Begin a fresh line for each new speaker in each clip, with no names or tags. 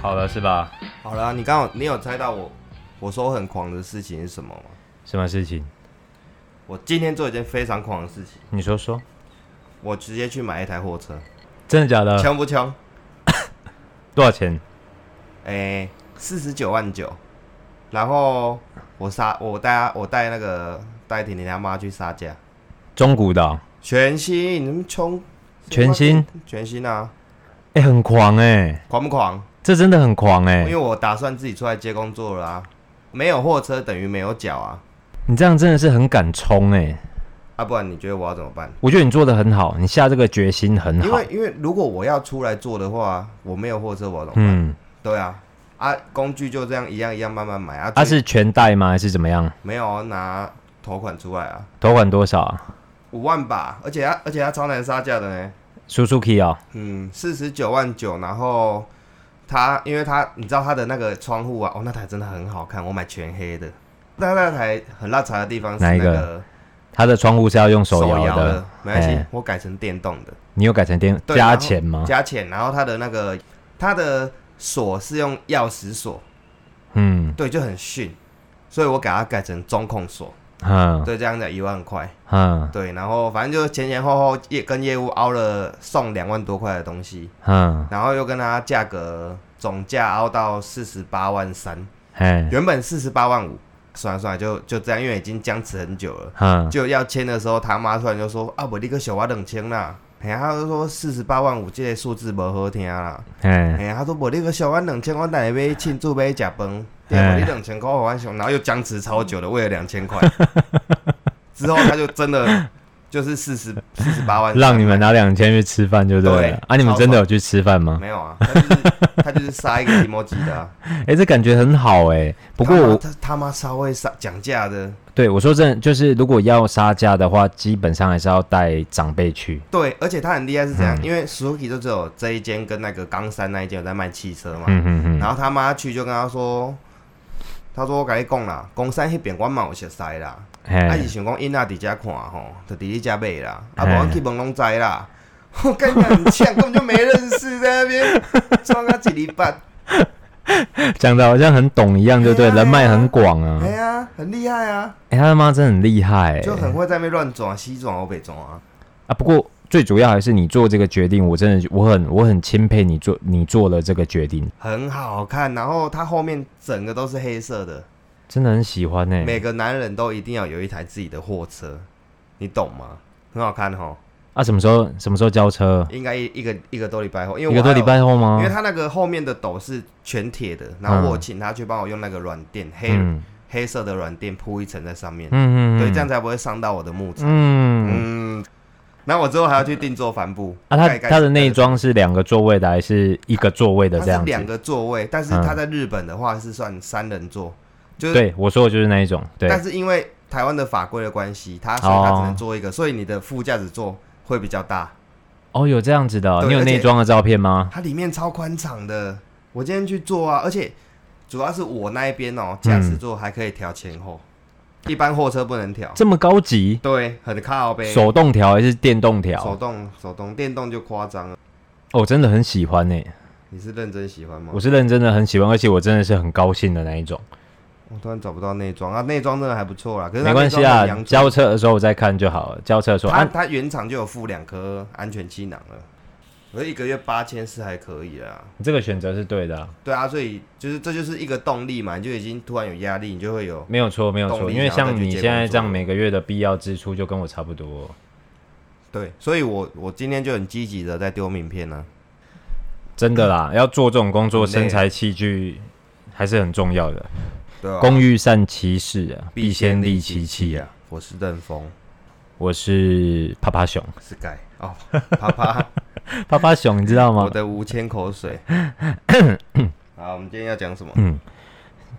好了是吧？
好了，你刚好你有猜到我我说我很狂的事情是什么吗？
什么事情？
我今天做一件非常狂的事情，
你说说，
我直接去买一台货车，
真的假的？
穷不穷？
多少钱？
哎，四十九万九。然后我杀我带她我带那个带婷婷她妈去杀价，
中古的哦、
全新，你们穷
全新？
全新啊，
哎、很狂哎、
狂不狂？
这真的很狂哎、
因为我打算自己出来接工作了啊，没有货车等于没有脚啊，
你这样真的是很敢冲哎、
啊，不然你觉得我要怎么办？
我觉得你做的很好，你下这个决心很
因
嗯好
为。因为如果我要出来做的话，我没有货车我要怎么办？
嗯，
对啊，啊，工具就这样一样一样慢慢买啊，
他、
最
是全贷吗？还是怎么样？
没有啊拿头款出来啊，
头款多少啊
五万吧，而且他而且他超难杀价的呢，
？Suzuki 哦，
嗯，四十九万九，然后。他，因为他，你知道他的那个窗户啊，哦，那台真的很好看，我买全黑的。那那台很辣茶的地方是
哪
那
一个它的窗户是要用手
手
摇
摇
的。，
没关系
哎，
我改成电动的，
你有改成电
对
加钱吗？
加钱，然后它的那个它的锁是用钥匙锁，
嗯
对，就很逊，所以我给它改成中控锁，
嗯
对，这样子一万块，
嗯
对，然后反正就前前后后业跟业务凹了送两万多块的东西，
嗯，
然后又跟它价格总价凹到四十八万三，
哎
原本四十八万五，算了算了，就就这样，因为已经僵持很久了。
嗯
就要签的时候，他妈突然就说：“啊，我那个小娃冷清啦。”哎呀，他就说四十八万五这个数字无好听啦。
哎
哎呀，他说我那个小娃两千，我等下要庆祝要食饭，对啊，
哎
你两千块我熊，然后又僵持超久了，为了两 千块。之后他就真的就是四十四十八万，
让你们拿两千去吃饭就对了。
对
啊，你们
超
真的
爽
有去吃饭吗？
没有啊？他就是他就是杀一个 emoji 的、啊。
哎、这感觉很好哎、不过我
他妈他他妈超会杀讲价的，
对我说真的，就是如果要杀价的话，基本上还是要带长辈去。
对，而且他很厉害是怎样？
嗯
因为 Suzuki 就只有这一间跟那个冈山那一间有在卖汽车嘛。
嗯嗯
然后他妈去就跟他说，他说我跟你讲啦，公山迄边我嘛有熟识啦，
嗯，哎、
啊伊想讲囡仔伫遮看吼，就伫你遮买啦，啊无
嘿
阮去问拢知啦， 我跟你讲很呛，根本就没认识 在那边，装啊一礼拜，
讲的好像很懂一样，就对，
哎呀
人脉很广啊。
哎呀，很厉害啊，
哎、他他妈真的很厉害、
就
欸。
很会在那边乱转西转欧北转啊，
啊，不过最主要还是你做这个决定，我真的我很我很钦佩你做你做了这个决定，
很好看。啊然后他后面整个都是黑色的，
真的很喜欢呢、
每个男人都一定要有一台自己的货车，你懂吗？很好看吼，
啊，什么时候什么时候交车？
应该一一个一个多礼拜后，因为
一个
我
多
还
礼
有
拜哦后吗
因为？它那个后面的斗是全铁的，然后我有请他去帮我用那个软垫、黑、
嗯
黑色的软垫铺一层在上面，
嗯嗯，
对，这样
子。
才不会伤到我的木材。
嗯，
嗯，然后我之后还要去定做帆布。
啊，他
盖盖
他的内装是两个座位的还是一个座位的
它
这
是
样
两
子？
个座位，但是
嗯
它在日本的话是算三人座，就是
对，我说的就是那一种。对，
但是因为台湾的法规的关系，它所以它只能做一个，所以你的副驾驶座会比较大，
哦，有这样子的哦、
对
你有
而且
内装的照片吗？
它里面超宽敞的。我今天去做啊，而且主要是我那一边哦，
嗯
驾驶座还可以调前后，一般货车不能调。
这么高级，
对，很靠呗。
手动调还是电动
手
调？
动手动电动就夸张了。
哦，真的很喜欢呢、
嗯你是认真喜欢吗？
我是认真的很喜欢，而且我真的是很高兴的那一种。
我突然找不到内装啊，内装真的还不错啦。可是它
没关系啊
内装很，洋气
交车的时候我再看就好了。交车的时候，
它
啊，
它原厂就有附两颗安全气囊了，我一个月八千是还可以啦。
你这个选择是对的啊、
对啊，所以就是这就是一个动力嘛，你就已经突然有压力，你就会有。
没有错，没有
懂
错。
你
因为
想要
像
再去
你
接
现在
工作
这样每个月的必要支出就跟我差不多。
对，所以我我今天就很积极的在丢名片啊呢、
真的啦，要做这种工作，
嗯很累啊
身材器具还是很重要的。
对啊，
工欲善其事啊，必先利其器啊。
啊！我是任峰啊
我是啪啪熊，
是盖 哦，啪啪。
啪啪熊，你知道吗
我？的五千口 水。好，我们今天要讲什么？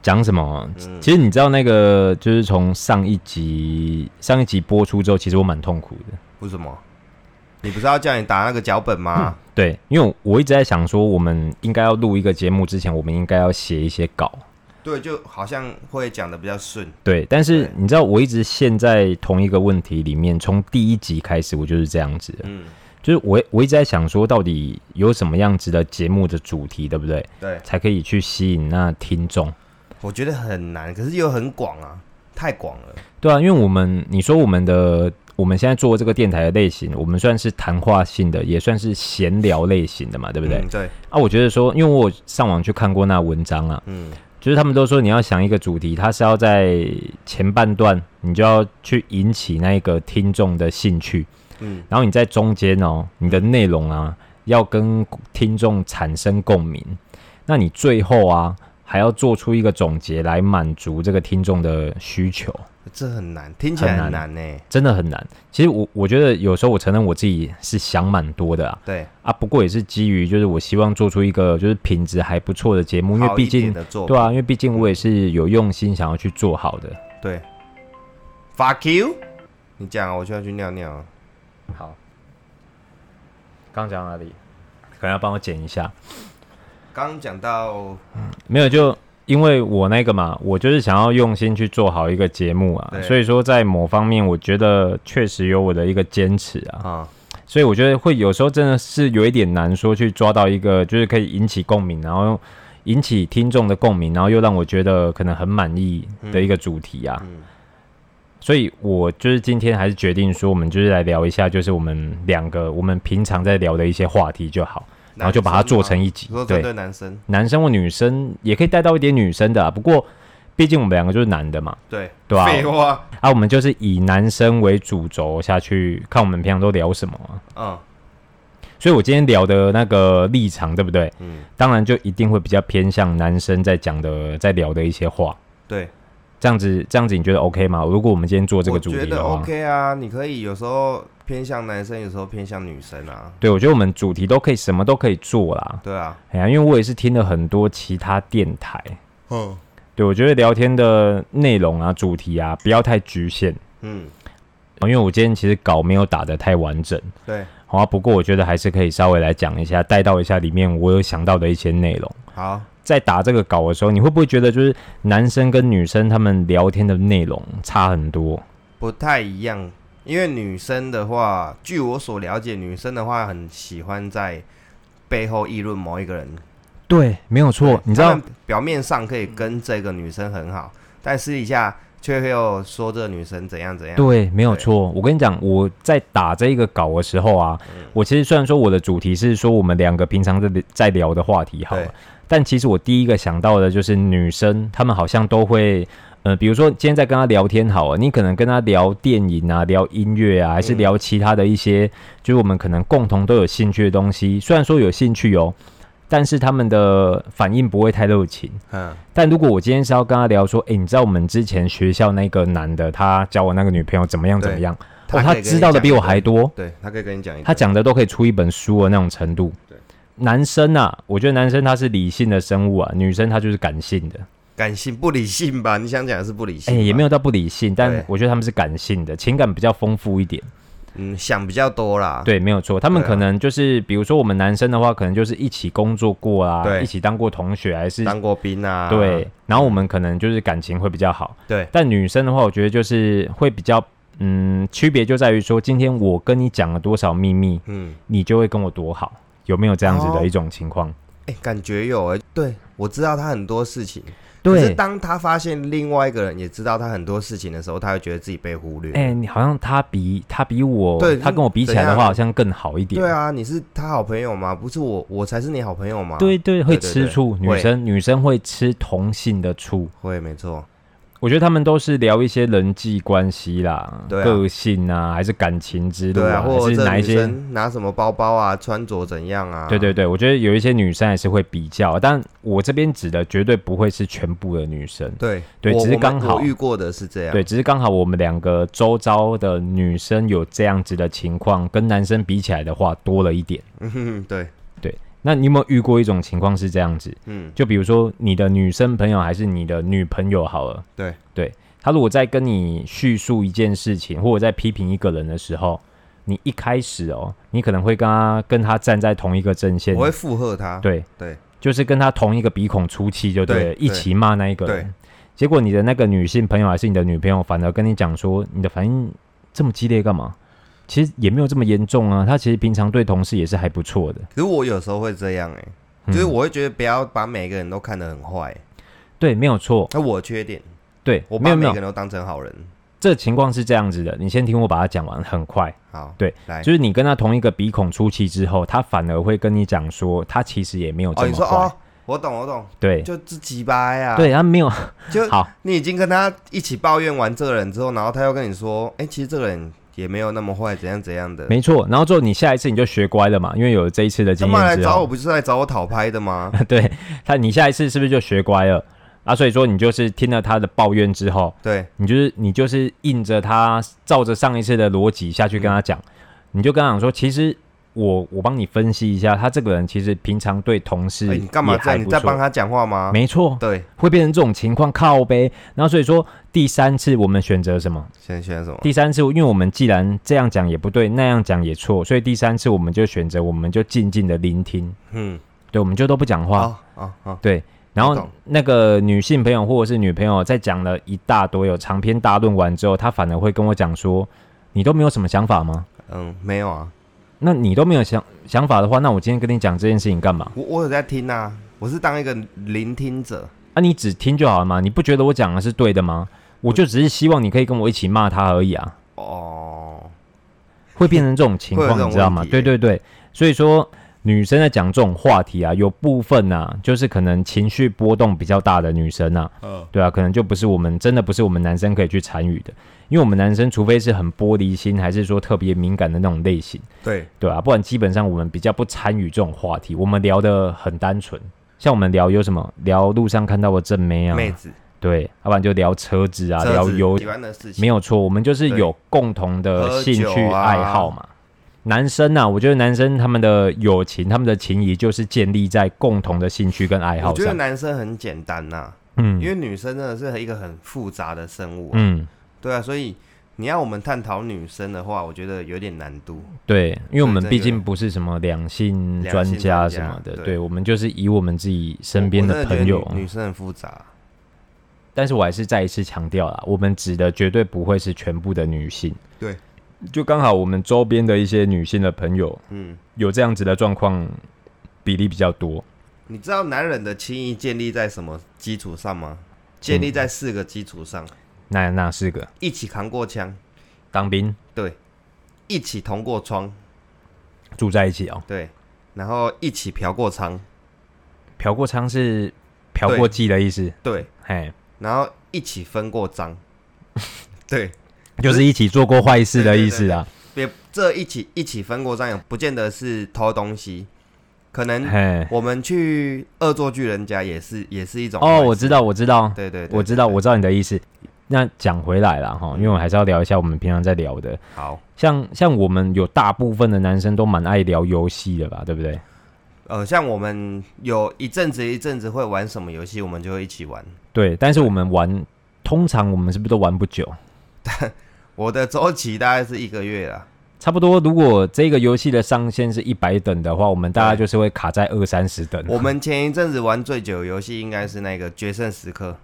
讲什么？
嗯
其实你知道那个，就是从上一集上一集播出之后，其实我蛮痛苦的。
为什么？你不是要叫你打那个脚本吗？
对，因为我一直在想说，我们应该要录一个节目之前，我们应该要写一些稿。
对，就好像会讲的比较顺。
对，但是
对
你知道，我一直陷在同一个问题里面，从第一集开始，我就是这样子的。
嗯，
就是我我一直在想说，到底有什么样子的节目的主题，对不对？
对，
才可以去吸引那听众，
我觉得很难，可是又很广啊，太广了。
对啊，因为我们你说我们的我们现在做这个电台的类型，我们算是谈话性的，也算是闲聊类型的嘛，对不对？
嗯对，
啊，我觉得说，因为我有上网去看过那文章啊，
嗯，
就是他们都说你要想一个主题，它是要在前半段你就要去引起那一个听众的兴趣，
嗯，
然后你在中间哦，你的内容啊要跟听众产生共鸣，那你最后啊还要做出一个总结来满足这个听众的需求，
这很难，听起来
很
很难呢、
真的很难。其实我我觉得有时候我承认我自己是想蛮多的啊
对，
啊，不过也是基于就是我希望做出一个就是品质还不错的节目，因为
好
毕
一点
竟
的做，
对啊，因为毕竟我也是有用心想要去做好的。
对，fuck you，你讲啊，我就要去尿尿啊。
好，刚讲哪里？可能要帮我剪一下。
刚刚讲到，
没有，就因为我那个嘛，我就是想要用心去做好一个节目啊，
对
所以说在某方面，我觉得确实有我的一个坚持啊，
啊、
所以我觉得会有时候真的是有一点难说去抓到一个就是可以引起共鸣，然后引起听众的共鸣，然后又让我觉得可能很满意的一个主题啊。
嗯
所以，我就是今天还是决定说，我们就是来聊一下，就是我们两个我们平常在聊的一些话题就好，然后就把它做成
一，
一集
啊嗯你。说针
对，
对男生，
男生或女生也可以带到一点女生的、啊，不过毕竟我们两个就是男的嘛，
对，
对啊
废话，
啊，我们就是以男生为主轴下去看我们平常都聊什么啊、
嗯
所以我今天聊的那个立场，对不对？
嗯，
当然就一定会比较偏向男生在讲的、在聊的一些话。
对，
这样子，这样子你觉得 OK 吗？如果我们今天做这个
我
主
觉
题哦
得
的话，
OK 啊，你可以有时候偏向男生，有时候偏向女生啊，
对我觉得我们主题都可以什么都可以做啦。
对啊，
哎呀，因为我也是听了很多其他电台，
嗯
对我觉得聊天的内容啊、主题啊，不要太局限。
嗯，
因为我今天其实稿没有打得太完整，
对，
好、啊，不过我觉得还是可以稍微来讲一下，带到一下里面我有想到的一些内容。
好，
在打这个稿的时候，你会不会觉得就是男生跟女生他们聊天的内容差很多？
不太一样，因为女生的话，据我所了解，女生的话很喜欢在背后议论某一个人，
对，没有错。你知
她
道
们，表面上可以跟这个女生很好，但私底下却会有说这个女生怎样怎样，
对，没有
对
错。我跟你讲，我在打这一个稿的时候啊，我其实虽然说我的主题是说我们两个平常在在聊的话题好了
对，
但其实我第一个想到的就是女生，她们好像都会，呃，比如说今天在跟她聊天好了，你可能跟她聊电影啊，聊音乐啊，还是
嗯
聊其他的一些，就是我们可能共同都有兴趣的东西。虽然说有兴趣哦，但是他们的反应不会太热情。
嗯，
但如果我今天是要跟她聊说，诶，你知道我们之前学校那个男的，他交我那个女朋友怎么样怎么样？哦，他
可以跟你
知道的比我
讲一
还
堆，
多，
对他可以跟你讲一堆，
他讲的都可以出一本书的那种程度
对。
男生啊，我觉得男生他是理性的生物啊，女生她就是感性的。
感性不理性吧？你想讲的是不理性
哎、
吧，
也没有到不理性，但
对
我觉得他们是感性的，情感比较丰富一点。
嗯，想比较多啦，
对，没有错，他们
对啊
可能就是，比如说我们男生的话，可能就是一起工作过啊，
对
一起当过同学，还是
当过兵啊，
对，然后我们可能就是感情会比较好。
对，
但女生的话，我觉得就是会比较，嗯，区别就在于说，今天我跟你讲了多少秘密，
嗯，
你就会跟我多好，有没有这样子
哦
的一种情况？
哎、感觉有哎、对我知道他很多事情，可是
对，
当他发现另外一个人也知道他很多事情的时候，他会觉得自己被忽略。
哎、你好像他比他比我，
对
他跟我比起来的
怎
话，
样
好像更好一点。
对啊，你是他好朋友吗？不是我，我才是你好朋友吗？
对，对，会
对对
吃
对
醋，女
会
生女生会吃同性的醋。
会没错，
我觉得他们都是聊一些人际关系啦、
对啊
个性啊，还是感情之路
对啊，或
还
者
是
这
哪一
女
些？
生拿什么包包啊，穿着怎样啊？
对对对，我觉得有一些女生还是会比较，啊但我这边指的绝对不会是全部的女生，
对
对
我
只是
我们
刚好
我遇过的是这样。
对，只是刚好我们两个周遭的女生有这样子的情况，跟男生比起来的话多了一点。
嗯哼哼， 对，
那你有没有遇过一种情况是这样子？
嗯，
就比如说你的女生朋友还是你的女朋友好了，
对
对，她如果在跟你叙述一件事情，或者在批评一个人的时候，你一开始哦，你可能会跟她跟她站在同一个阵线，
我会附和他。
对
对，
就是跟她同一个鼻孔出气就对了，
对
一起骂那一个人。结果你的那个女性朋友还是你的女朋友，反而跟你讲说你的反应这么激烈干嘛？其实也没有这么严重啊。他其实平常对同事也是还不错的。
可是我有时候会这样哎、
嗯
就是我会觉得不要把每个人都看得很坏、
对，没有错，
那我的缺点，
对，
我
没
把
有
每
没有
个人，都当成好人。
这情况是这样子的，你先听我把它讲完，很快。
好，
对，
来，
就是你跟他同一个鼻孔出气之后，他反而会跟你讲说，他其实也没有这
哦，你
么
说
坏，
哦，我懂我懂，
对
就自己啊吧呀，，
对，他没有
就
好，
你已经跟他一起抱怨完这个人之后，然后他又跟你说，哎、其实这个人也没有那么坏，怎样怎样的。
没错。然后之后你下一次你就学乖了嘛，因为有了这一次的
他
经
妈来
验之
找我
后，
不是来找我讨拍的吗？
对他，你下一次是不是就学乖了啊？所以说你就是听了他的抱怨之后，
对，
你就是你就是印着他照着上一次的逻辑下去跟他讲，你就跟他讲说，其实我我帮你分析一下，他这个人其实平常对同事
哎、你干嘛
也
这
还
样？你
不
在帮
错，
他讲话吗？
没错，
对，
会变成这种情况靠呗。然后所以说第三次我们选择什么？
现在选什么？
第三次，因为我们既然这样讲也不对，那样讲也错，所以第三次我们就选择我们就静静的聆听，
嗯，哦
对，我们就都不讲话。
好好好，
对，然
我
后
懂
那个女性朋友或者是女朋友在讲了一大堆有长篇大论完之后，她反而会跟我讲说：“你都没有什么想法吗？
嗯，没有啊，
那你都没有想想法的话，那我今天跟你讲这件事情干嘛？
我我有在听啊，我是当一个聆听者。
啊，你只听就好了嘛，你不觉得我讲的是对的吗？我就只是希望你可以跟我一起骂他而已啊。”
哦，
会变成这种情
会有
况，
这种
你知道吗
问？题
对对对，所以说女生在讲这种话题啊，有部分啊，就是可能情绪波动比较大的女生啊，
嗯
对啊，可能就不是我们真的不是我们男生可以去参与的，因为我们男生除非是很玻璃心，还是说特别敏感的那种类型，
对，
对啊，不然基本上我们比较不参与这种话题，我们聊的很单纯。像我们聊有什么聊路上看到的正妹啊，
妹子，
对，要不然就聊车子啊，
车
聊
子
游
喜欢的事情，
没有错，我们就是有共同的兴趣
啊
爱好嘛。男生啊，我觉得男生他们的友情、他们的情谊就是建立在共同的兴趣跟爱
我
好
觉得
上。
男生很简单呐、因
嗯
为女生真的是一个很复杂的生物啊、
嗯，
对啊，所以你要我们探讨女生的话，我觉得有点难度。
对，因为我们
所以这个
毕竟不是什么两性专家什么
两性专
的，
家
对我们就是以我们自己身边
我真的
朋友啊
觉得。女女生很复杂。
但是我还是再一次强调啦，我们指的绝对不会是全部的女性。
对，
就刚好我们周边的一些女性的朋友
嗯，
有这样子的状况比例比较多。
你知道男人的轻易建立在什么基础上吗？建立在四个基础上：
那那是个
一起扛过枪，
当兵
对；一起同过窗，
住在一起哦、
对；然后一起嫖过娼，
嫖过娼是嫖过妓的意思，
对；
嘿，
然后一起分过赃， 对。
就是一起做过坏事的意思啊。
别这一起一起分过赃，也不见得是偷东西，可能
嘿，
我们去恶作剧人家也是也是一种
哦，
坏
我
事
知道，我知道，
对对对
我知道，
对
我知道你的意思。那讲回来了哈，因为我还是要聊一下我们平常在聊的，
好，
像像我们有大部分的男生都蛮爱聊游戏的吧，对不对？
呃，像我们有一阵子一阵子会玩什么游戏，我们就会一起玩。
对，但是我们玩，通常我们是不是都玩不久？
我的周期大概是一个 月啦，
差不多，如果这个游戏的上限是一百等的话，我们大概就是会卡在二三十等。
我们前一阵子玩最久的游戏应该是那个《决胜时刻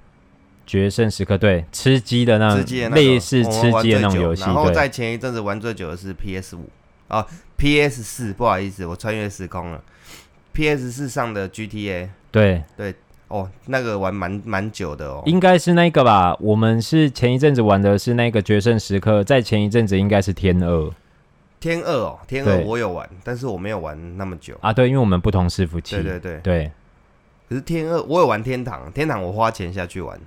决胜时刻，对，吃鸡的》，那
吃
种
鸡的
嗯
那种
类似吃鸡的那种游戏，
我们玩最久然后
对。
在前一阵子玩最久的是 PS 五啊，PS 四，不好意思，我穿越时空了。PS 四上的 GTA
对，
哦，那个玩蛮蛮久的哦。
应该是那个吧？我们是前一阵子玩的是那个决胜时刻，在前一阵子应该是天二
天二哦，天二
对
我有玩，但是我没有玩那么久。
啊，对，因为我们不同伺服器，
对对对，
对
可是天二我有玩天堂，天堂我花钱下去玩。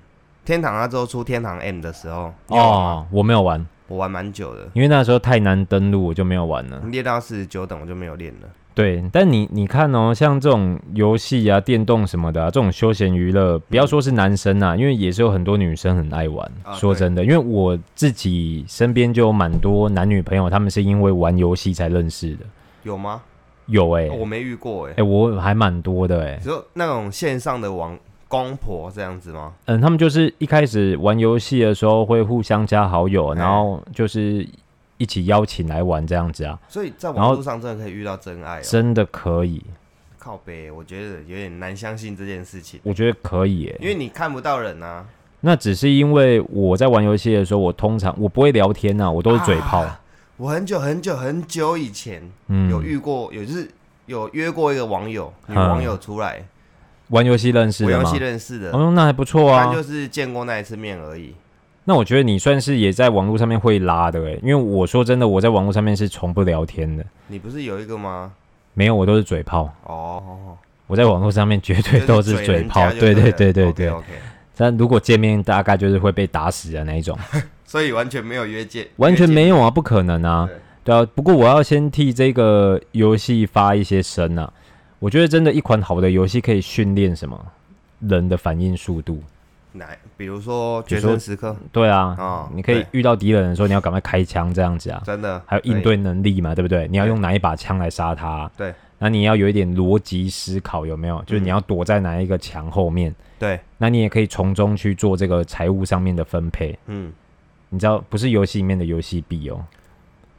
天堂那之后出天堂 M 的时候，你有玩吗，
哦，我没有玩，
我玩蛮久的，
因为那时候太难登录，我就没有玩了。
练到四十九等我就没有练了。
对，但你你看哦，像这种游戏啊、电动什么的、啊，这种休闲娱乐，不要说是男生啊，因为也是有很多女生很爱玩。
嗯啊
说真的，因为我自己身边就有蛮多男女朋友，他们是因为玩游戏才认识的。
有吗？
有哎、欸，哎、
我没遇过哎、
我还蛮多的哎、
只有那种线上的网公婆这样子吗？
嗯，他们就是一开始玩游戏的时候会互相加好友，
哎
然后就是一起邀请来玩这样子啊，
所以在
然
网
后
络上真的可以遇到真爱、哦。
真的可以，
靠北，我觉得有点难相信这件事情，
我觉得可以欸耶。
因为你看不到人啊。
那只是因为我在玩游戏的时候，我通常我不会聊天啊，我都是嘴炮。
啊我很久很久很久以前
嗯，
有遇过，有就是有约过一个网友，
嗯
女网友出来，
玩游戏认识
我
的
游
吗
戏？认识的，
哦，那还不错
但
啊。
就是见过那一次面而已。
那我觉得你算是也在网络上面会拉的哎、因为我说真的，我在网络上面是从不聊天的，
你不是有一个吗？
没有，我都是嘴炮。
哦，
我在网络上面绝对都是嘴炮，对对对对对。
o k
但如果见面，大概就是会被打死的那一种，
所以完全没有约见，
完全
约
没有啊，不可能啊
对。
对啊，不过我要先替这个游戏发一些声啊。我觉得真的，一款好的游戏可以训练什么人的反应速度。
见哪，比如说
比
决
如说
胜时刻，
对啊，
哦，
你可以
对
遇到敌人的时候，你要赶快开枪这样子啊。
真的
还有应对能力嘛，对不对？你要用哪一把枪来杀他？啊
对，嗯
那你要有一点逻辑思考，有没有？就是你要躲在哪一个墙后面，
对，
那你也可以从中去做这个财务上面的分配。
嗯，
你知道，不是游戏里面的游戏币哦，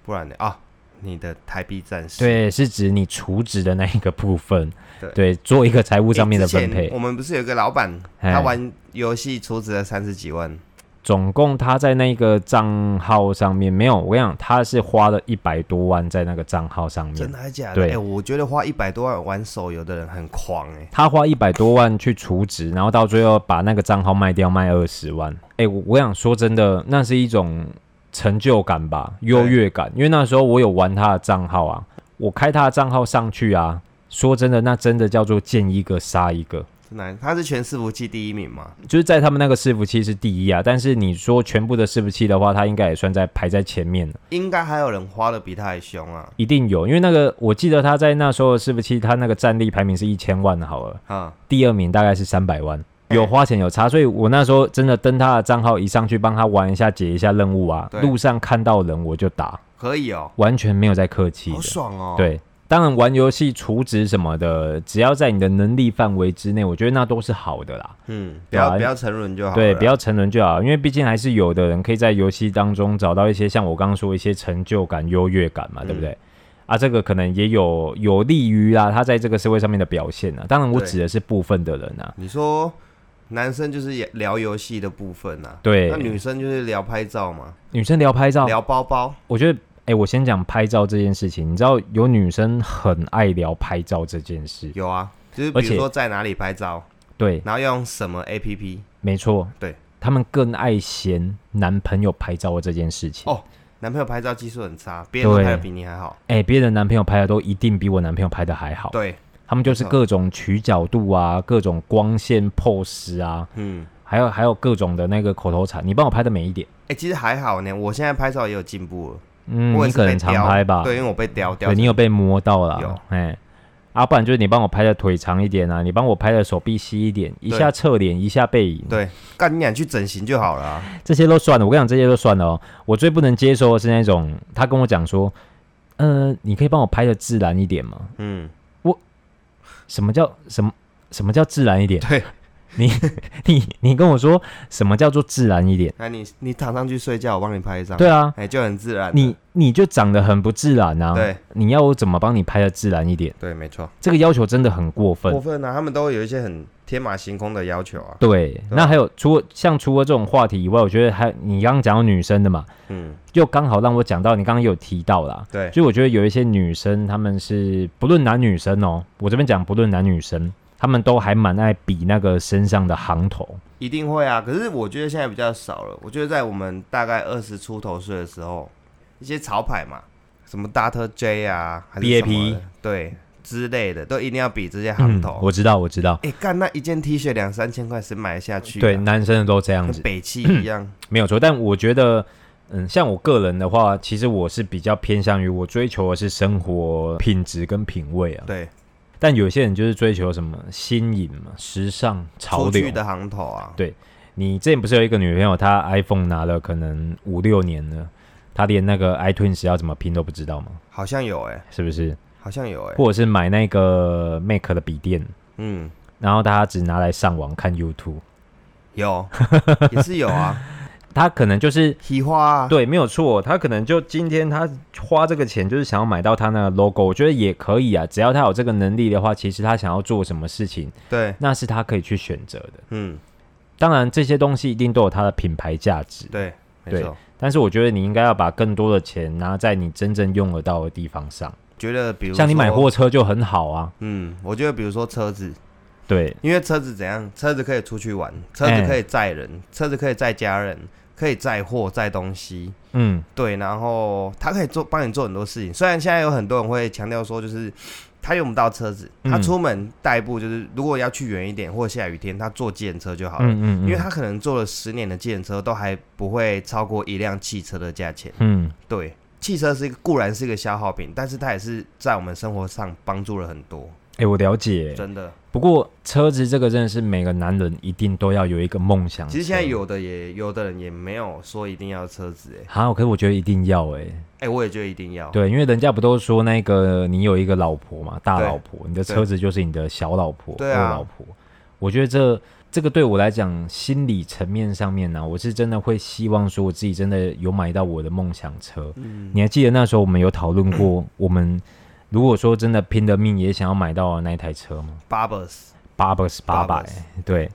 不然呢啊，你的台币战士，
对，是指你储值的那一个部分，
对
做一个财务
诶，
上面的
之前
分配。
我们不是有个老板，
哎
他玩游戏出资了三十几万，
总共他在那个账号上面没有，我跟你讲，他是花了一百多万在那个账号上面
真。的还假的？
嗯对
哎，我觉得花一百多万玩手游的人很狂哎，
他花一百多万去储值，然后到最后把那个账号卖掉，卖二十万。哎、我我想说真的，那是一种成就感吧，优越感。因为那时候我有玩他的账号啊，我开他的账号上去啊。说真的，那真的叫做见一个杀一个，
真的还，他是全伺服器第一名嘛？
就是在他们那个伺服器是第一啊。但是你说全部的伺服器的话，他应该也算在排在前面了，
应该还有人花的比他还凶啊，
一定有。因为那个我记得他在那时候的伺服器，他那个战力排名是一千万好了。
啊，
第二名大概是三百万，有花钱有差，所以我那时候真的登他的账号一上去帮他玩一下解一下任务啊，
对
路上看到人我就打，
可以哦，
完全没有在客气
好
的。
爽哦，，
对，当然玩游戏储值什么的，只要在你的能力范围之内，我觉得那都是好的啦。
嗯，不
对啊
要不要沉沦就好了，
对，不要沉沦就好，因为毕竟还是有的人可以在游戏当中找到一些像我刚刚说一些成就感、优越感
嗯
嘛，对不对？啊，这个可能也有有利于啦，他在这个社会上面的表现啊。当然，我
对
指的是部分的人啊。
你说男生就是也聊游戏的部分呐、啊，
对哦
那女生就是聊拍照嘛，
女生聊拍照，
聊包包，
我觉得，哎、我先讲拍照这件事情。你知道有女生很爱聊拍照这件事，
有啊，就是
而
比
且
如说在哪里拍照，
对，
然后要用什么 A P P，
没错，
对，
她们更爱嫌男朋友拍照的这件事情。
哦男朋友拍照技术很差，别人都
对
拍的比你还好，
哎、别人男朋友拍的都一定比我男朋友拍的还好，
对，
他们就是各种取角度啊，各种光线 pose 啊，
嗯，
还有还有各种的那个口头禅，你帮我拍的美一点。
哎、其实还好呢，我现在拍照也有进步了，
嗯，
我也
你
是
可
被
能常
雕
拍吧？
对，因为我被雕
啊
雕
对，你有被摸到
有
了，哎，啊，不然就是你帮我拍的腿长一点啊，你帮我拍的手臂细一点，一下侧脸，一下背影，
对，干你俩去整形就好了、啊，
这些都算了。我跟你讲，这些都算了哦。我最不能接受的是那种他跟我讲说，呃，你可以帮我拍的自然一点吗？
嗯，
什么叫什么？什么叫自然一点？
对，
你你你跟我说什么叫做自然一点？
那你你躺上去睡觉，我帮你拍一张，
对，啊，
哎、就很自然了，
你你就长得很不自然啊。
对，
你要我怎么帮你拍的自然一点？
对，没错，
这个要求真的很过分
过。分啊，他们都有一些很天马行空的要求啊，
对，
吧
那还有除了像除了这种话题以外，我觉得还你刚刚讲到女生的嘛，
嗯，
就刚好让我讲到你刚刚有提到啦，
对，
所以我觉得有一些女生，她们是不论男女生哦，我这边讲不论男女生，她们都还蛮爱比那个身上的行头。
一定会啊，可是我觉得现在比较少了。我觉得在我们大概二十出头岁的时候，一些潮牌嘛，什么大特 J 啊，还是
BAP
什么的对之类的，都一定要比这些行
嗯
头。，
我知道，我知道，
哎、干那一件 T 恤两三千块是买得下去、啊，
对，男生的都这样
跟
子，
北汽一样。
没有错。但我觉得，嗯，像我个人的话，其实我是比较偏向于我追求的是生活品质跟品味啊。
对，
但有些人就是追求什么新颖嘛、时尚、潮
出
流
去的行头啊，
对你之前不是有一个女朋友，她 iPhone 拿了可能五六年了，她连那个 iTunes 要怎么拼都不知道吗？
好像有哎、
是不是？
好像有哎、
或者是买那个 Mac 的笔电，
嗯，
然后她只拿来上网看 YouTube，
有 也是有 啊，
她可能就是
提花啊，
对，没有错，她可能就今天她花这个钱就是想要买到她那个 logo，我觉得也可以啊，只要她有这个能力的话，其实她想要做什么事情，
对，
那是她可以去选择的。
嗯，
当然，这些东西一定都有它的品牌价值。
对，没错，
但是我觉得你应该要把更多的钱拿在你真正用得到的地方上，
觉得比如
像你买
说
货，车就很好啊。
嗯，我觉得比如说车子，
对，
因为车子怎样，车子可以出去玩，车子
哎
可以载人，车子可以载家人，可以载货载东西，
嗯，
对，然后它可以做帮你做很多事情。虽然现在有很多人会强调说，就是他用不到车子，
嗯
他出门代步就是如果要去远一点或下雨天，他坐计程车就好了，
嗯嗯，
因为
嗯
他可能坐了十年的计程车都还不会超过一辆汽车的价钱。
嗯
对，汽车是一个固然是一个消耗品，但是它也是在我们生活上帮助了很多，
哎、我了解。
真的。
不过车子这个真的是每个男人一定都要有一个梦想车。
其实现在有的也有的人也没有说一定要车子、欸，哎、
好，可是我觉得一定要哎、
我也觉得一定要。
对，因为人家不都说那个你有一个老婆嘛，大
对
老婆，你的
对
车子就是你的小老婆、
对
二
啊
老婆。我觉得这这个对我来讲，心理层面上面呢、我是真的会希望说我自己真的有买到我的梦想车。
嗯
你还记得那时候我们有讨论过，我们如果说真的拼了命也想要买到的那一台车吗？
Barbers，
八百是八百
Barbers，
对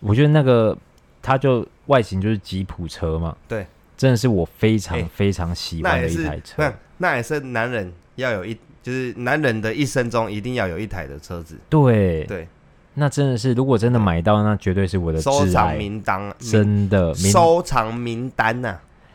我觉得那个它就外形就是吉普车嘛，
对，
真的是我非常
哎
非常喜
那
欢
也
的一
是
台车。
那那也是男人要有一，就是男人的一生中一定要有一台的车子，
对
对，
那真的是，如果真的买到，那绝对是我的
收
挚
藏
爱，
名单，名
真的。明
收藏名单啊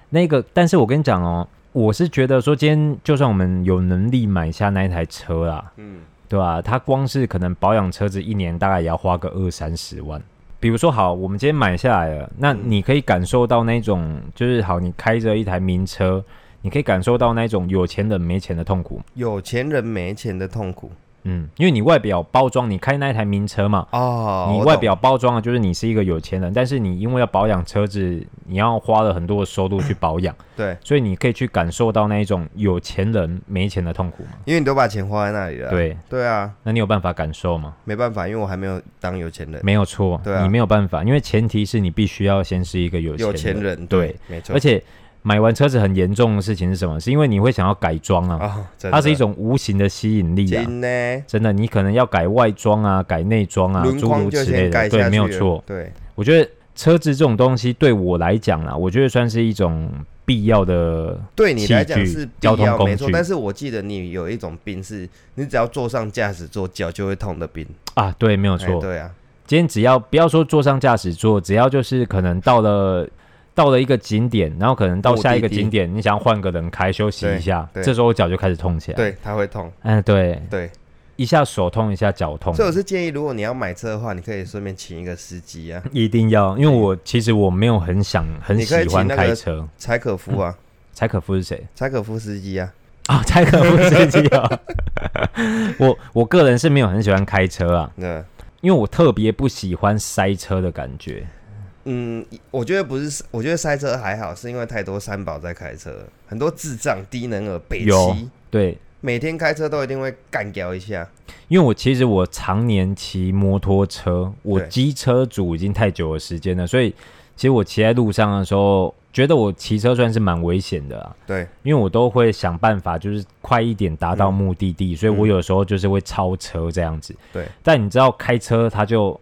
呐、
那个，但是我跟你讲哦，我是觉得说，今天就算我们有能力买下那一台车啦，
嗯，
对吧、它光是可能保养车子一年大概也要花个二三十万。比如说，好，我们今天买下来了，那你可以感受到那种，就是好，你开着一台名车，你可以感受到那种有钱人没钱的痛苦。
有钱人没钱的痛苦
嗯，因为你外表包装，你开那一台名车嘛，
哦，
你
我
外
懂
表包装的啊就是你是一个有钱人，但是你因为要保养车子，你要花了很多的收入去保养，
对，
所以你可以去感受到那一种有钱人没钱的痛苦嘛。
因为你都把钱花在那里了，
对，
对啊，
那你有办法感受吗？
没办法，因为我还没有当有钱人，
没有错，
对啊
你没有办法，因为前提是你必须要先是一个有
有
钱人。
钱人
对，
没错，
而且买完车子很严重的事情是什么？是因为你会想要改装啊，
啊，真
它是一
的
种无形的吸引力啊。
金呢。
真的，你可能要改外装啊，改内装啊，
轮
诸
框
如
就
此
先
类
盖
的，
下去
对，
了
没有错。
对，
我觉得车子这种东西对我来讲啦，我觉得算是一种必要的，
对你来讲
器具
是必
交通
要
工
没错，
具
但是我记得你有一种病是，你只要坐上驾驶座，脚就会痛的病。
啊，对，没有
没
错。
对啊，
今天只要不要说坐上驾驶座，只要就是可能到了到了一个景点，然后可能到下一个
目的地
景点，你想要换个人开休息一下，
对对
这时候我脚就开始痛起来。，
对，它会痛。
嗯，对，
对，
一下手痛，一下脚痛
所，以我是建议，如果你要买车的话，你可以顺便请一个司机啊，
一定要，因为我其实我没有很想很
你可以
喜欢
请那个
开车。
柴可夫啊，
柴可夫是谁？
柴可夫司机啊。
啊，柴可夫斯基啊！ 我我个人是没有很喜欢开车啊，
那
因为我特别不喜欢塞车的感觉。
嗯，我觉得不是，我觉得塞车还好，是因为太多三宝在开车，很多智障、低能儿、北
有
七，
对，
每天开车都一定会干掉一下。
因为我其实我常年骑摩托车，我
对
机车主已经太久的时间了，所以其实我骑在路上的时候，觉得我骑车算是蛮危险的啊。
对，
因为我都会想办法，就是快一点达到目的地，所以我有时候就是会超车这样子。
嗯对，
但你知道开车它就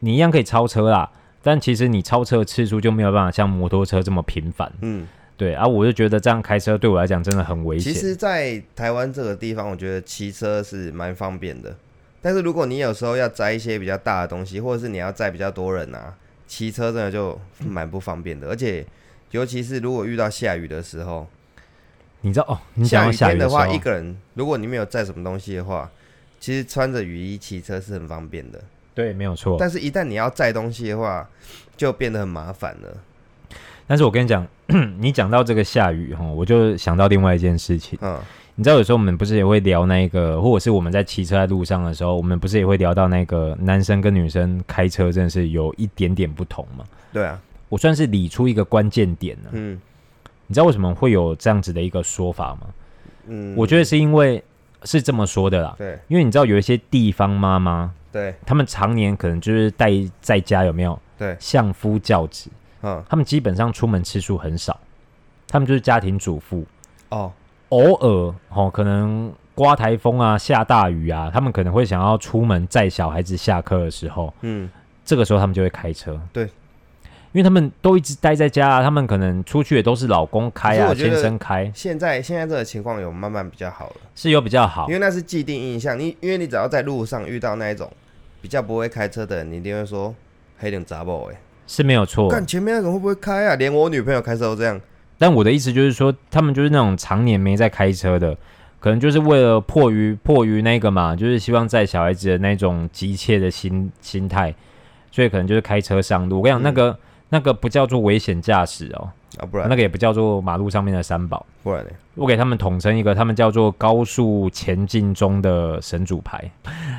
你一样可以超车啦，但其实你超车的次数就没有办法像摩托车这么频繁。
嗯，
对啊，我就觉得这样开车对我来讲真的很危
其
险。
实，在台湾这个地方，我觉得骑车是蛮方便的。但是如果你有时候要载一些比较大的东西，或者是你要载比较多人啊，骑车真的就蛮不方便的。而且，尤其是如果遇到下雨的时候，
你知道哦，你讲到下
天
雨的
的
时
话，
候，
一个人如果你没有载什么东西的话，其实穿着雨衣骑车是很方便的。
对，没有错。但
但是，一旦你要载东西的话，就变得很麻烦了。
是我跟你讲， 你讲到这个下雨哈，我就想到另外一件事情。
嗯，
你知道有时候我们不是也会聊那个，或者是我们在骑车在路上的时候，我们不是也会聊到那个男生跟女生开车真的是有一点点不同嘛？
对啊，
我算是理出一个关键点了、
嗯
你知道为什么会有这样子的一个说法吗？
嗯，
我觉得是因为是这么说的啦，
对
因为你知道有一些地方妈妈，
对
他们常年可能就是带在家有没有
对，
相夫教子，
嗯
他们基本上出门次数很少，他们就是家庭主妇，
哦，
偶尔哦，可能刮台风啊、下大雨啊，他们可能会想要出门载小孩子下课的时候，
嗯
这个时候他们就会开车。
对，
因为他们都一直待在家、啊，他们可能出去也都是老公开
可是
啊，
我觉
先
得
生开
现在现在这个情况有慢慢比较好了，
是有比较好
因，为那是既定印象。你因为你只要在路上遇到那一种比较不会开车的人，你一定会说黑点杂宝哎，
是没有错。
看前面那个会不会开啊？连我女朋友开车都这样。
但我的意思就是说，他们就是那种常年没在开车的，可能就是为了迫于迫于那个嘛，就是希望在小孩子的那种急切的心心态，所以可能就是开车上路。我跟
嗯
你讲，那个、那个不叫做危险驾驶哦，
啊，不然
那个也不叫做马路上面的三宝，
不然呢？
我给他们统称一个，他们叫做高速前进中的神主牌，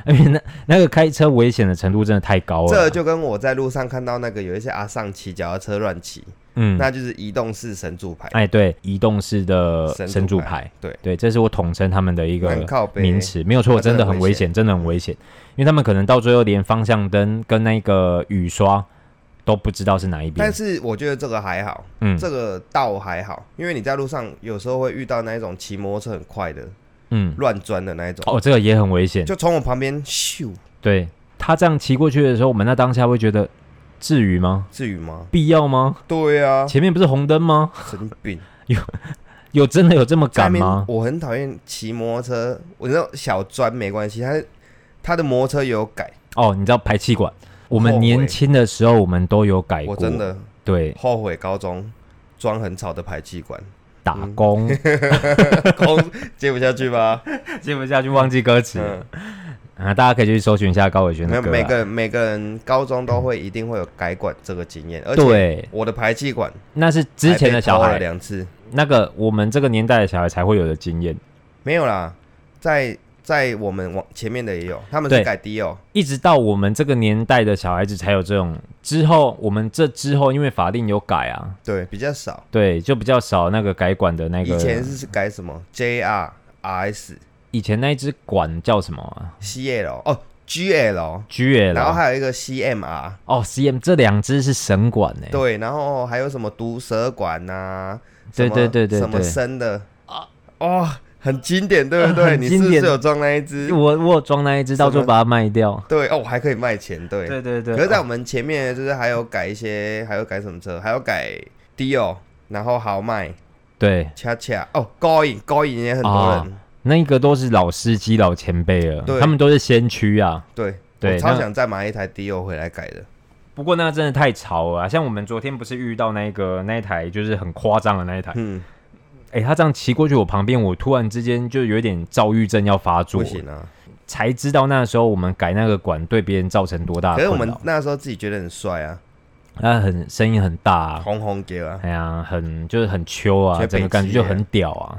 因为那那个开车危险的程度真的太高了。
这就跟我在路上看到那个有一些阿上骑脚踏车乱骑，
嗯，
那就是移动式神助牌，
哎对，移动式的
神主
神主
牌
牌，
对
对，这是我统称他们的一个
很靠背
名词，没有错，
那
真
真的
的很
很
危
危
险，真的很危险，因为他们可能到最后连方向灯跟那个雨刷都不知道是哪一边
但。是我觉得这个还好，
嗯
这个倒还好，因为你在路上有时候会遇到那一种骑摩托车很快的
嗯，
乱钻的那一种，
哦，这个也很危险。
就从我旁边咻，
对他这样骑过去的时候，我们那当下会觉得，至于吗？
至于吗？
必要吗？
对啊，
前面不是红灯吗？
神经 病！
有真的有这么
在那
赶
边
吗？
我很讨厌骑摩托车，我那种小砖没关系，它它的摩托车有改，
哦，你知道排气管，我们
后悔
年轻的时候我们都有改过，
我真的
对
后悔高中装很吵的排气管，
打工
嗯空接不下去吧？
接不下去， 忘记歌词
嗯。
啊，大家可以去搜寻一下高伟轩
没
的
有
歌啊。
每个人每个人高中都会一定会有改管这个经验，而且
对，
我的排气管
那是之前的小
还被偷了
孩，
两次
那个我们这个年代的小孩才会有的经验。
没有啦，在在我们往前面的也有，他们
对
是改 D 哦，
一直到我们这个年代的小孩子才有这种，之后我们这之后因为法令有改啊，
对，比较少。
对，就比较少那个改管的那个。
以前是改什么 JR、RS、
以前那一只管叫什么啊
CL 哦 GL，
？GL，
然后还有一个 CMR，
啊哦，CM 这两只是神管欸呢、
对，然后还有什么毒蛇管呐、
对
什么
对对对
什么
对
生的啊哦，很经典，对不 对？
很
你
经
是不是
典
有装那一只？
我我有装那一只，到时候把它卖掉。
对哦，我还可以卖钱，对
对对对，
可是，在
哦
我们前面就是还有改一些，还有改什么车，还有改 Dio，然后豪迈、
对
恰恰哦，高影高影也很多人，
哦那个都是老司机、老前辈了，
对
他们都是先驱啊。
对，
对
我超
那
想再买一台 Dio 回来改的。
不过那个真的太潮了啊、像我们昨天不是遇到那个那一台就是很夸张的那一台，
嗯，
哎、他这样骑过去我旁边，我突然之间就有点躁郁症要发作
不，行啊！
才知道那时候我们改那个管对别人造成多大
可
的
是我
啊困
们
扰。
那时候自己觉得很帅啊，
那很声音很大、啊，
红红给啊。
哎呀，很就是很秋啊，
学
整个
北
感觉
极
就
耶
很屌啊。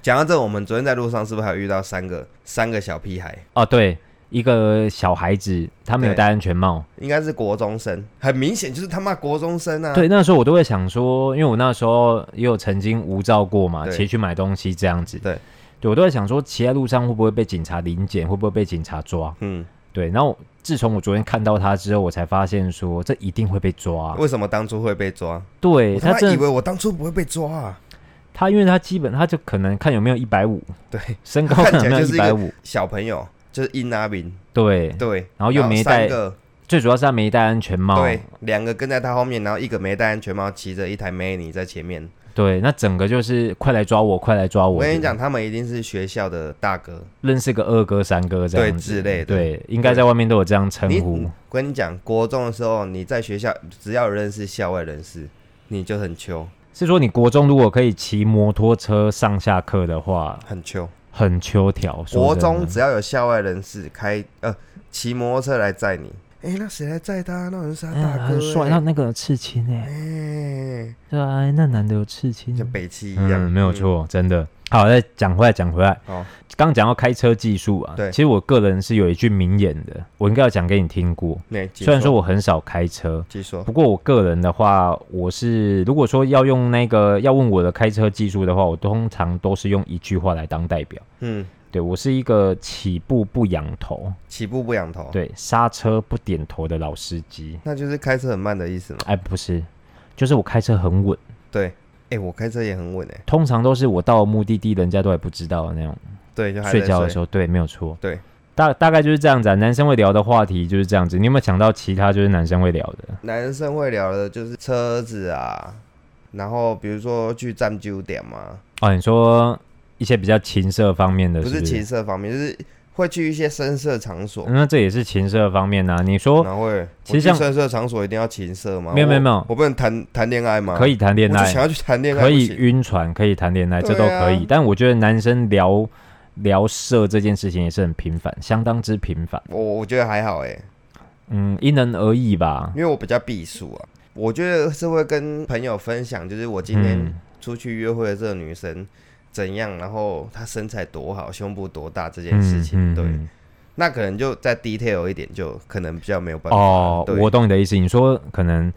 讲到这，我们昨天在路上是不是还有遇到三个三个小屁孩？
哦，对，一个小孩子他没有
对
戴安全帽，
应该是国中生，很明显就是他妈国中生啊！
对，那时候我都会想说，因为我那时候也有曾经无照过嘛，
对
骑去买东西这样子。
对，
对我都在想说，骑在路上会不会被警察临检，会不会被警察抓？
嗯，
对，然后自从我昨天看到他之后，我才发现说这一定会被抓。
为什么当初会被抓？
对
我他
啊他
妈以
真的，
为我当初不会被抓啊！
他因为他基本他就可能看有没有一百五，
对，
身高
他 看
可能
起
没
来
有
就
一百
是一个
五，
小朋友就是殷阿明，
对，
对，
然后又没啊
三
戴
个
最主要是他没戴安全帽。
对，两个跟在他后面，然后一个没戴安全帽，骑着一台 Mini 在前面。
对，那整个就是快来抓我，快来抓我！
我跟你讲，，他们一定是学校的大哥。
认识个二哥、三哥这
对
样子
之类的
对，应该在外面都有这样称
你嗯
呼。
我跟你讲，国中的时候，你在学校只要有认识校外人士，你就很秋，
是说你国中如果可以骑摩托车上下课的话，
很秋。
很秋条。说
国
真的
中只要有校外人士开呃骑摩托车来载你，哎、那谁来载他？那人是他
哎呀
大哥、
很帅，
欸，
那那个有刺青哎、
哎、
对啊，哎那男的有刺青、
像北七一样，
嗯，没有。错，真的。好，再讲回来，讲回来，
好，
刚讲到开车技术啊，
对
其实我个人是有一句名言的，我应该要讲给你听过。
那
虽然说我很少开车，
继续说
不，过我个人的话，我是如果说要用那个要问我的开车技术的话，我通常都是用一句话来当代表。
嗯，
对我是一个起步不仰头，
起步不仰头，，
对，刹车不点头的老司机。
那就是开车很慢的意思嘛。
哎，不是，就是我开车很稳，
对，哎、我开车也很稳哎、
通常都是我到了目的地，人家都还不知道的那种。
对，就还在
睡觉的时
候，
候，对，没有错。
对，
大大概就是这样子啊。男生会聊的话题就是这样子。你有没有想到其他就是男生会聊的？
男生会聊的就是车子啊，然后比如说去站酒点嘛，
哦，你说一些比较情色方面的
不
是
是
不
情
是？
色方面，就是会去一些深色场所。
那这也是情色方面啊。你说
然后会，
其实
我
像
去深色场所一定要情色吗？
没有
我
没有没有
我不能谈谈恋爱吗？
可以谈恋
我就想
爱，
要去谈恋爱，
可以
不行
晕船，可以谈恋爱，这都
对啊
可以。但我觉得男生聊聊色这件事情也是很频繁，相当之频繁。
我我觉得还好哎、
嗯，因人而异吧。
因为我比较避暑啊。我觉得是会跟朋友分享，就是我今天
嗯
出去约会的这个女生怎样，然后她身材多好，胸部多大这件
嗯
事情。
嗯
对，
嗯
那可能就再 detail 一点，就可能比较没有办法。
哦，
对
我懂你的意思。你说可能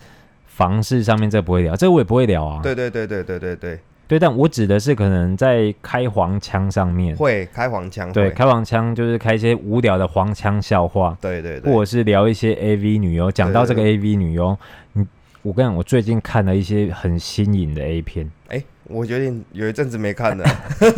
房事上面这不会聊，这我也不会聊啊。
对对对对对对对，
对但我指的是可能在开黄腔上面，
会开黄腔，
对，
会，
开黄腔就是开一些无聊的黄腔笑话，
对对对，
或者是聊一些 AV 女优。讲到这个 AV 女优，你我跟你讲，我最近看了一些很新颖的 A 片。
哎、我决定有一阵子没看了，啊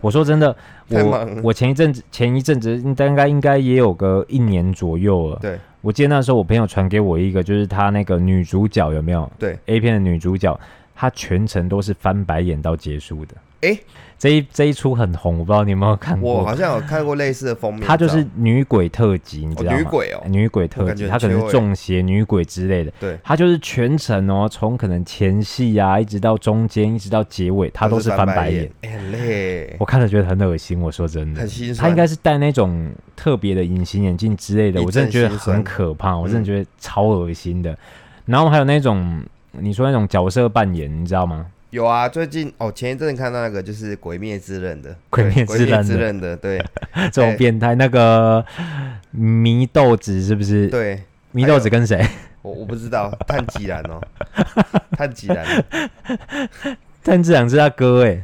我说真的，
太忙
我
了
我前一阵子前一阵子应该应该应该也有个一年左右了。
对
我记得那时候我朋友传给我一个，就是他那个女主角有没有？
对，
A 片的女主角，她全程都是翻白眼到结束的。
诶
这一这一出很红，我不知道你有没有看
我
过。
好像有看过类似的封面照，
她就是女鬼特辑，你知道
哦
吗？
女鬼哦
女鬼特
我感
辑，
觉
她可
很
能
秋
是
欸
中邪、女鬼之类的。
对，
她就是全程哦，从可能前戏啊，一直到中间，一直到结尾，她都是翻白眼。，
哎、很累，
我看了觉得很恶心，我说真的
很。心酸。
她应该是戴那种特别的隐形眼镜之类的，
一
我真的觉
阵
得
心酸
很可怕，我真的觉得超恶心的。然后还有那种你说那种角色扮演，你知道 吗？
有啊，最近哦，前一阵看到那个就是《鬼灭之刃》的，
鬼灭
对
之刃的
之刃》的，对
这种变态，那个祢豆子是不是？
对，
祢豆子跟谁？
我我不知道，炭吉然 哦，炭吉然，
炭治郎是他哥哎，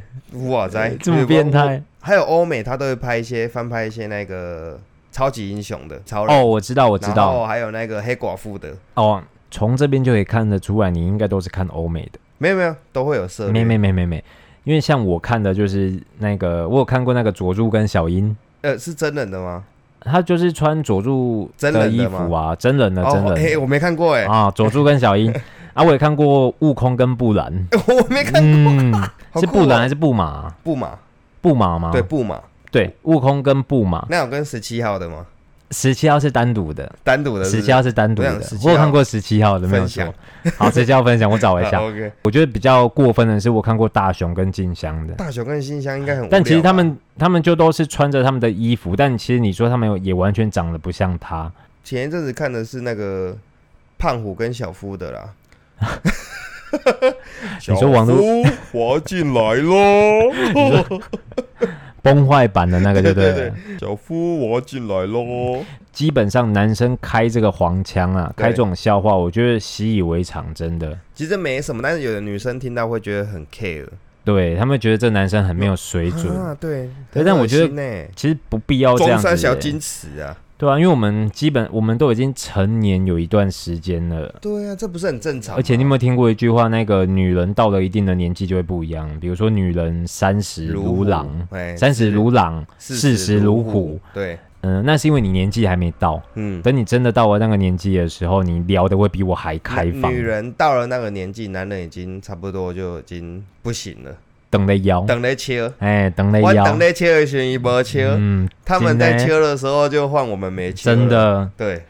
哇塞，
这么变
我。
态
还有欧美，他都会拍一些翻拍一些那个超级英雄的超人，
哦！我知道，我知
然
道
后还有那个黑寡妇的，
哦。从这边就可以看得出来，你应该都是看欧美的，
没有没有，都会有涉猎
没没没没没，因为像我看的就是那个，我有看过那个佐助跟小樱，
呃，是真人的吗？
他就是穿佐助
真人的
衣服啊，真人的真
哦，哎、
人
我没看过哎、
的啊，佐助跟小樱啊，我也看过悟空跟布兰，
我没看
嗯，
好
是
酷哦
布兰哦还是布马？
布马，
布马吗？
对布马，
对，悟空跟布马，
那有跟十七号的吗？
十七号是单独的，
单独的是
十
不
七
是
号是单独
我
的
想17。号
我有看过十七号的，没有
分
错
享。
好，十七号分享，我找一下
啊。，OK，
我觉得比较过分的是，我看过大雄跟静香的，
大雄跟新香应该很无聊吧，
但其实他们他们就都是穿着他们的衣服，但其实你说他们也完全长得不像他。
前一阵子看的是那个胖虎跟小夫的啦。
你说网络
小夫我要进来 喽！
崩坏版的那个，对不
对
对
对？ 小夫，我要进来喽！
基本上男生开这个黄腔啊，
对
开这种笑话，我觉得习以为常，真的。
其实没什么，但是有的女生听到会觉得很 care
对他们觉得这男生很没有水准，
啊，对，
对但我觉得
得
其实不必要这
欸中
样子、
山小
欸。
金池啊，
对啊，因为我们基本我们都已经成年有一段时间了，
对啊，这不是很正常吗？
而且你有没有听过一句话？那个女人到了一定的年纪就会不一样，比如说女人三十如
虎
狼，，
哎，
三十如狼，四十如
虎
虎。，
对，
嗯，那是因为你年纪还没到。
嗯，
等你真的到了那个年纪的时候，你聊的会比我还开
女
放，
女人到了那个年纪，男人已经差不多就已经不行了，
等的腰，
等来切。
哎，等的
我
嗯腰，
等在切的时候伊没切，
嗯，
他们在
真的
切的时候就换我们没切。
真，的。
对，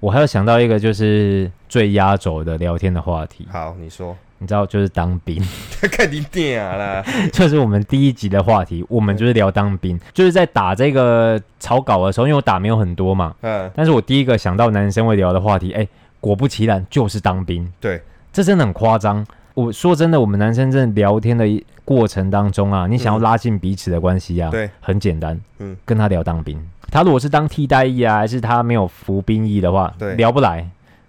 我还有想到一个，就是最压轴的聊天的话题，
好，你说，
你知道，就是当兵。
看你点啦，
就是我们第一集的话题，我们就是聊当兵，就是在打这个草稿的时候，因为我打没有很多嘛，
嗯，
但是我第一个想到男生会聊的话题，哎、果不其然就是当兵，
对，
这真的很夸张。我说真的，我们男生真的聊天的一过程当中啊，你想要拉近彼此的关系啊，
对，
很简单，
嗯，
跟他聊当兵，他如果是当替代役啊，还是他没有服兵役的话，
对
聊不来，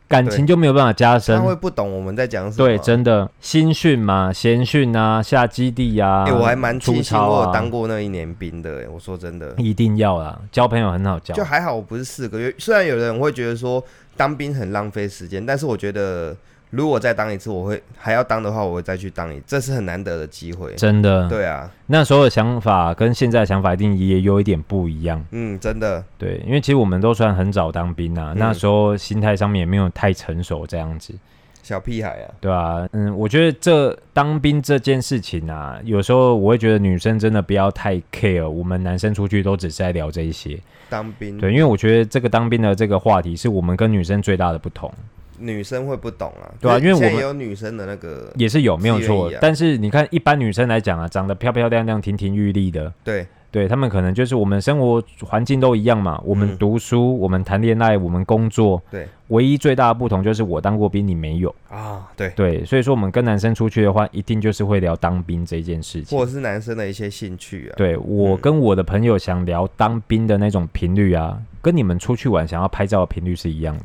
感情就没有办法加
他
深。
会不懂我们在讲什么。
对，真的新训嘛，闲训啊，下基地啊，
哎，我还蛮
出
庆幸
操
我
啊
有，当过那一年兵的，哎我说真的，
一定要啦，交朋友很好交
就，还好，我不是四个月。虽然有人会觉得说当兵很浪费时间，但是我觉得如果再当一次，我会还要当的话，我会再去当一，这是很难得的机会。
真的，
对啊，
那时候的想法跟现在的想法一定也有一点不一样。
嗯，真的，
对，因为其实我们都算很早当兵啊，
嗯
那时候心态上面也没有太成熟这样子，
小屁孩啊，
对啊，嗯，我觉得这当兵这件事情啊，有时候我会觉得女生真的不要太 care，我们男生出去都只是在聊这一些，
当兵，
对，因为我觉得这个当兵的这个话题是我们跟女生最大的不同，
女生会不懂啊。
对啊
可是
因为我们
现在也有女生的那个，
也是有没有
自愿
错
意啊，
但是你看一般女生来讲啊，长得漂漂亮亮、亭亭玉立的，
对，
对他们可能就是我们生活环境都一样嘛，我们
嗯
读书，我们谈恋爱，我们工作，
对，
唯一最大的不同就是我当过兵，你没有，
啊，对，
对，所以说我们跟男生出去的话，一定就是会聊当兵这件事情。
或者是男生的一些兴趣啊，
对我跟我的朋友想聊当兵的那种频率啊，跟你们出去玩想要拍照的频率是一样的。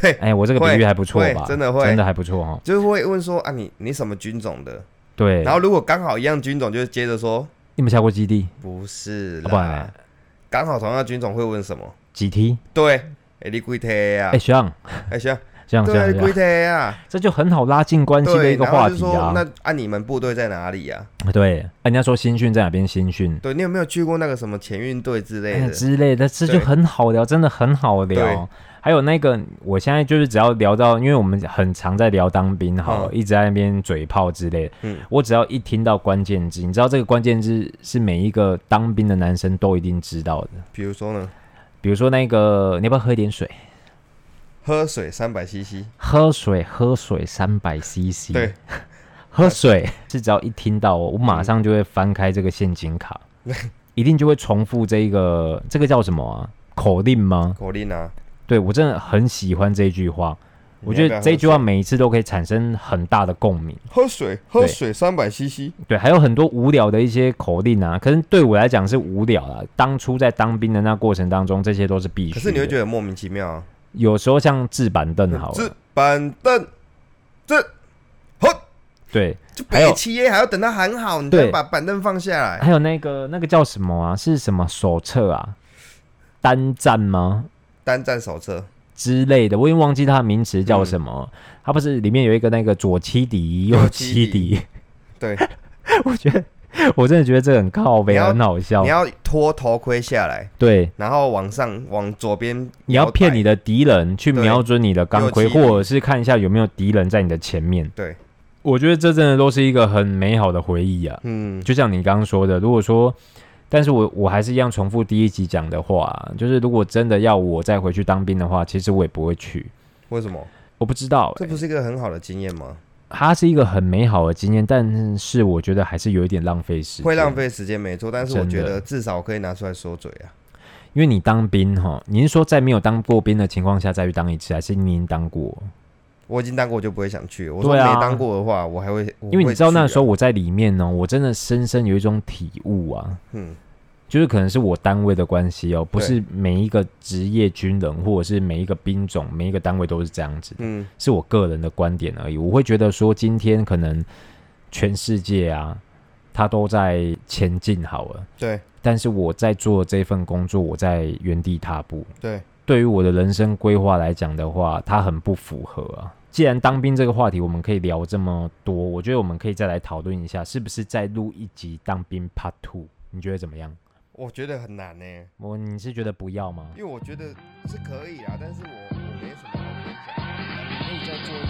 对，
哎，我这个
哦会
频率还不错
会
吧？
真的会
真的还不错哦。
就是会问说啊，你你什么军种的？
对，
然后如果刚好一样军种，就接着说
你们下过基地、
不是
啊不然
啦
嘞，
刚好同样军种会问什么？
几梯？
对，哎，你龟胎啊
哎，，学长，
哎行，
这样这
对，
样
你
这
龟
样，
胎啊，
这就很好拉近关系的
对，
一个
然后
话
就
题
说
啊。
那啊，你们部队在哪里呀？
对，哎人家说新训在哪边新训，
对你有没有去过那个什么前运队之类
哎
的？
之类的，这就
对
很好聊，真的很好
对
聊。还有那个，我现在就是只要聊到，因为我们很常在聊当兵，好了，
嗯
一直在那边嘴炮之类的。
嗯
我只要一听到关键字，你知道这个关键字是每一个当兵的男生都一定知道的。
比如说呢，
比如说那个，你要不要喝一点水？
喝水三百 CC，
喝水，喝水，三百 CC。
对，
喝水是只要一听到哦，我马上就会翻开这个现金 卡，一定就会重复这一个，这个叫什么啊？口令吗？
口令啊，
对我真的很喜欢这一句话，我觉
你要不要
得
喝
这一句话每一次都可以产生很大的共鸣。
喝水，喝水三百 CC，
对，还有很多无聊的一些口令啊，可是对我来讲是无聊啦。当初在当兵的那过程当中，这些都是必须的。
可是你会觉得莫名其妙啊。
有时候像制板凳好啊
这
了，
板凳，这
对，
就
还有
北七耶，还要等他喊好，你
对
再把板凳放下来。
还有那个那个叫什么啊？是什么手册啊？单站吗？
单站手册，
之类的，我已经忘记它的名词叫什么。它不是里面有一个那个左七敌右七敌，
对，
我觉得我真的觉得这很靠
你
背，
要
很好笑
你。要脱头盔下来，
对，
然后往上往左边，
你要骗你，的敌人去瞄准你的钢盔，
右七敌
或者是看一下有没有敌人在你的前面。
对，
我觉得这真的都是一个很美好的回忆啊。
嗯，
就像你刚刚说的，如果说，但是我我还是一样重复第一集讲的话，啊就是如果真的要我再回去当兵的话，其实我也不会去。
为什么？
我不知道、
这
欸，
不是一个很好的经验吗？
它是一个很美好的经验，但是我觉得还是有一点浪费时间，
会浪，费时间没错，但是我
真的
觉得至少可以拿出来说嘴啊。
因为你当兵哈，你是说在没有当过兵的情况下再去当一次，还是你已经当过？
啊我已经当过，我就不会想去了。我说
对啊
没当过的话，我还会，
因为你知道那时候
我会去啊
我在里面呢、我真的深深有一种体悟啊，
啊，嗯，
就是可能是我单位的关系哦，不
对
是每一个职业军人或者是每一个兵种、每一个单位都是这样子的。
嗯，
是我个人的观点而已。我会觉得说，今天可能全世界啊，它都在前进好了，
对
但是我在做这份工作，我在原地踏步。
对，
对于我的人生规划来讲的话，它很不符合啊。既然当兵这个话题我们可以聊这么多，我觉得我们可以再来讨论一下，是不是再录一集当兵 Part Two？你觉得怎么样？
我觉得很难欸呢、
我你是觉得不要吗
啊因？为我觉得是可以啦，但是我我没什么好分享，可以再做一个。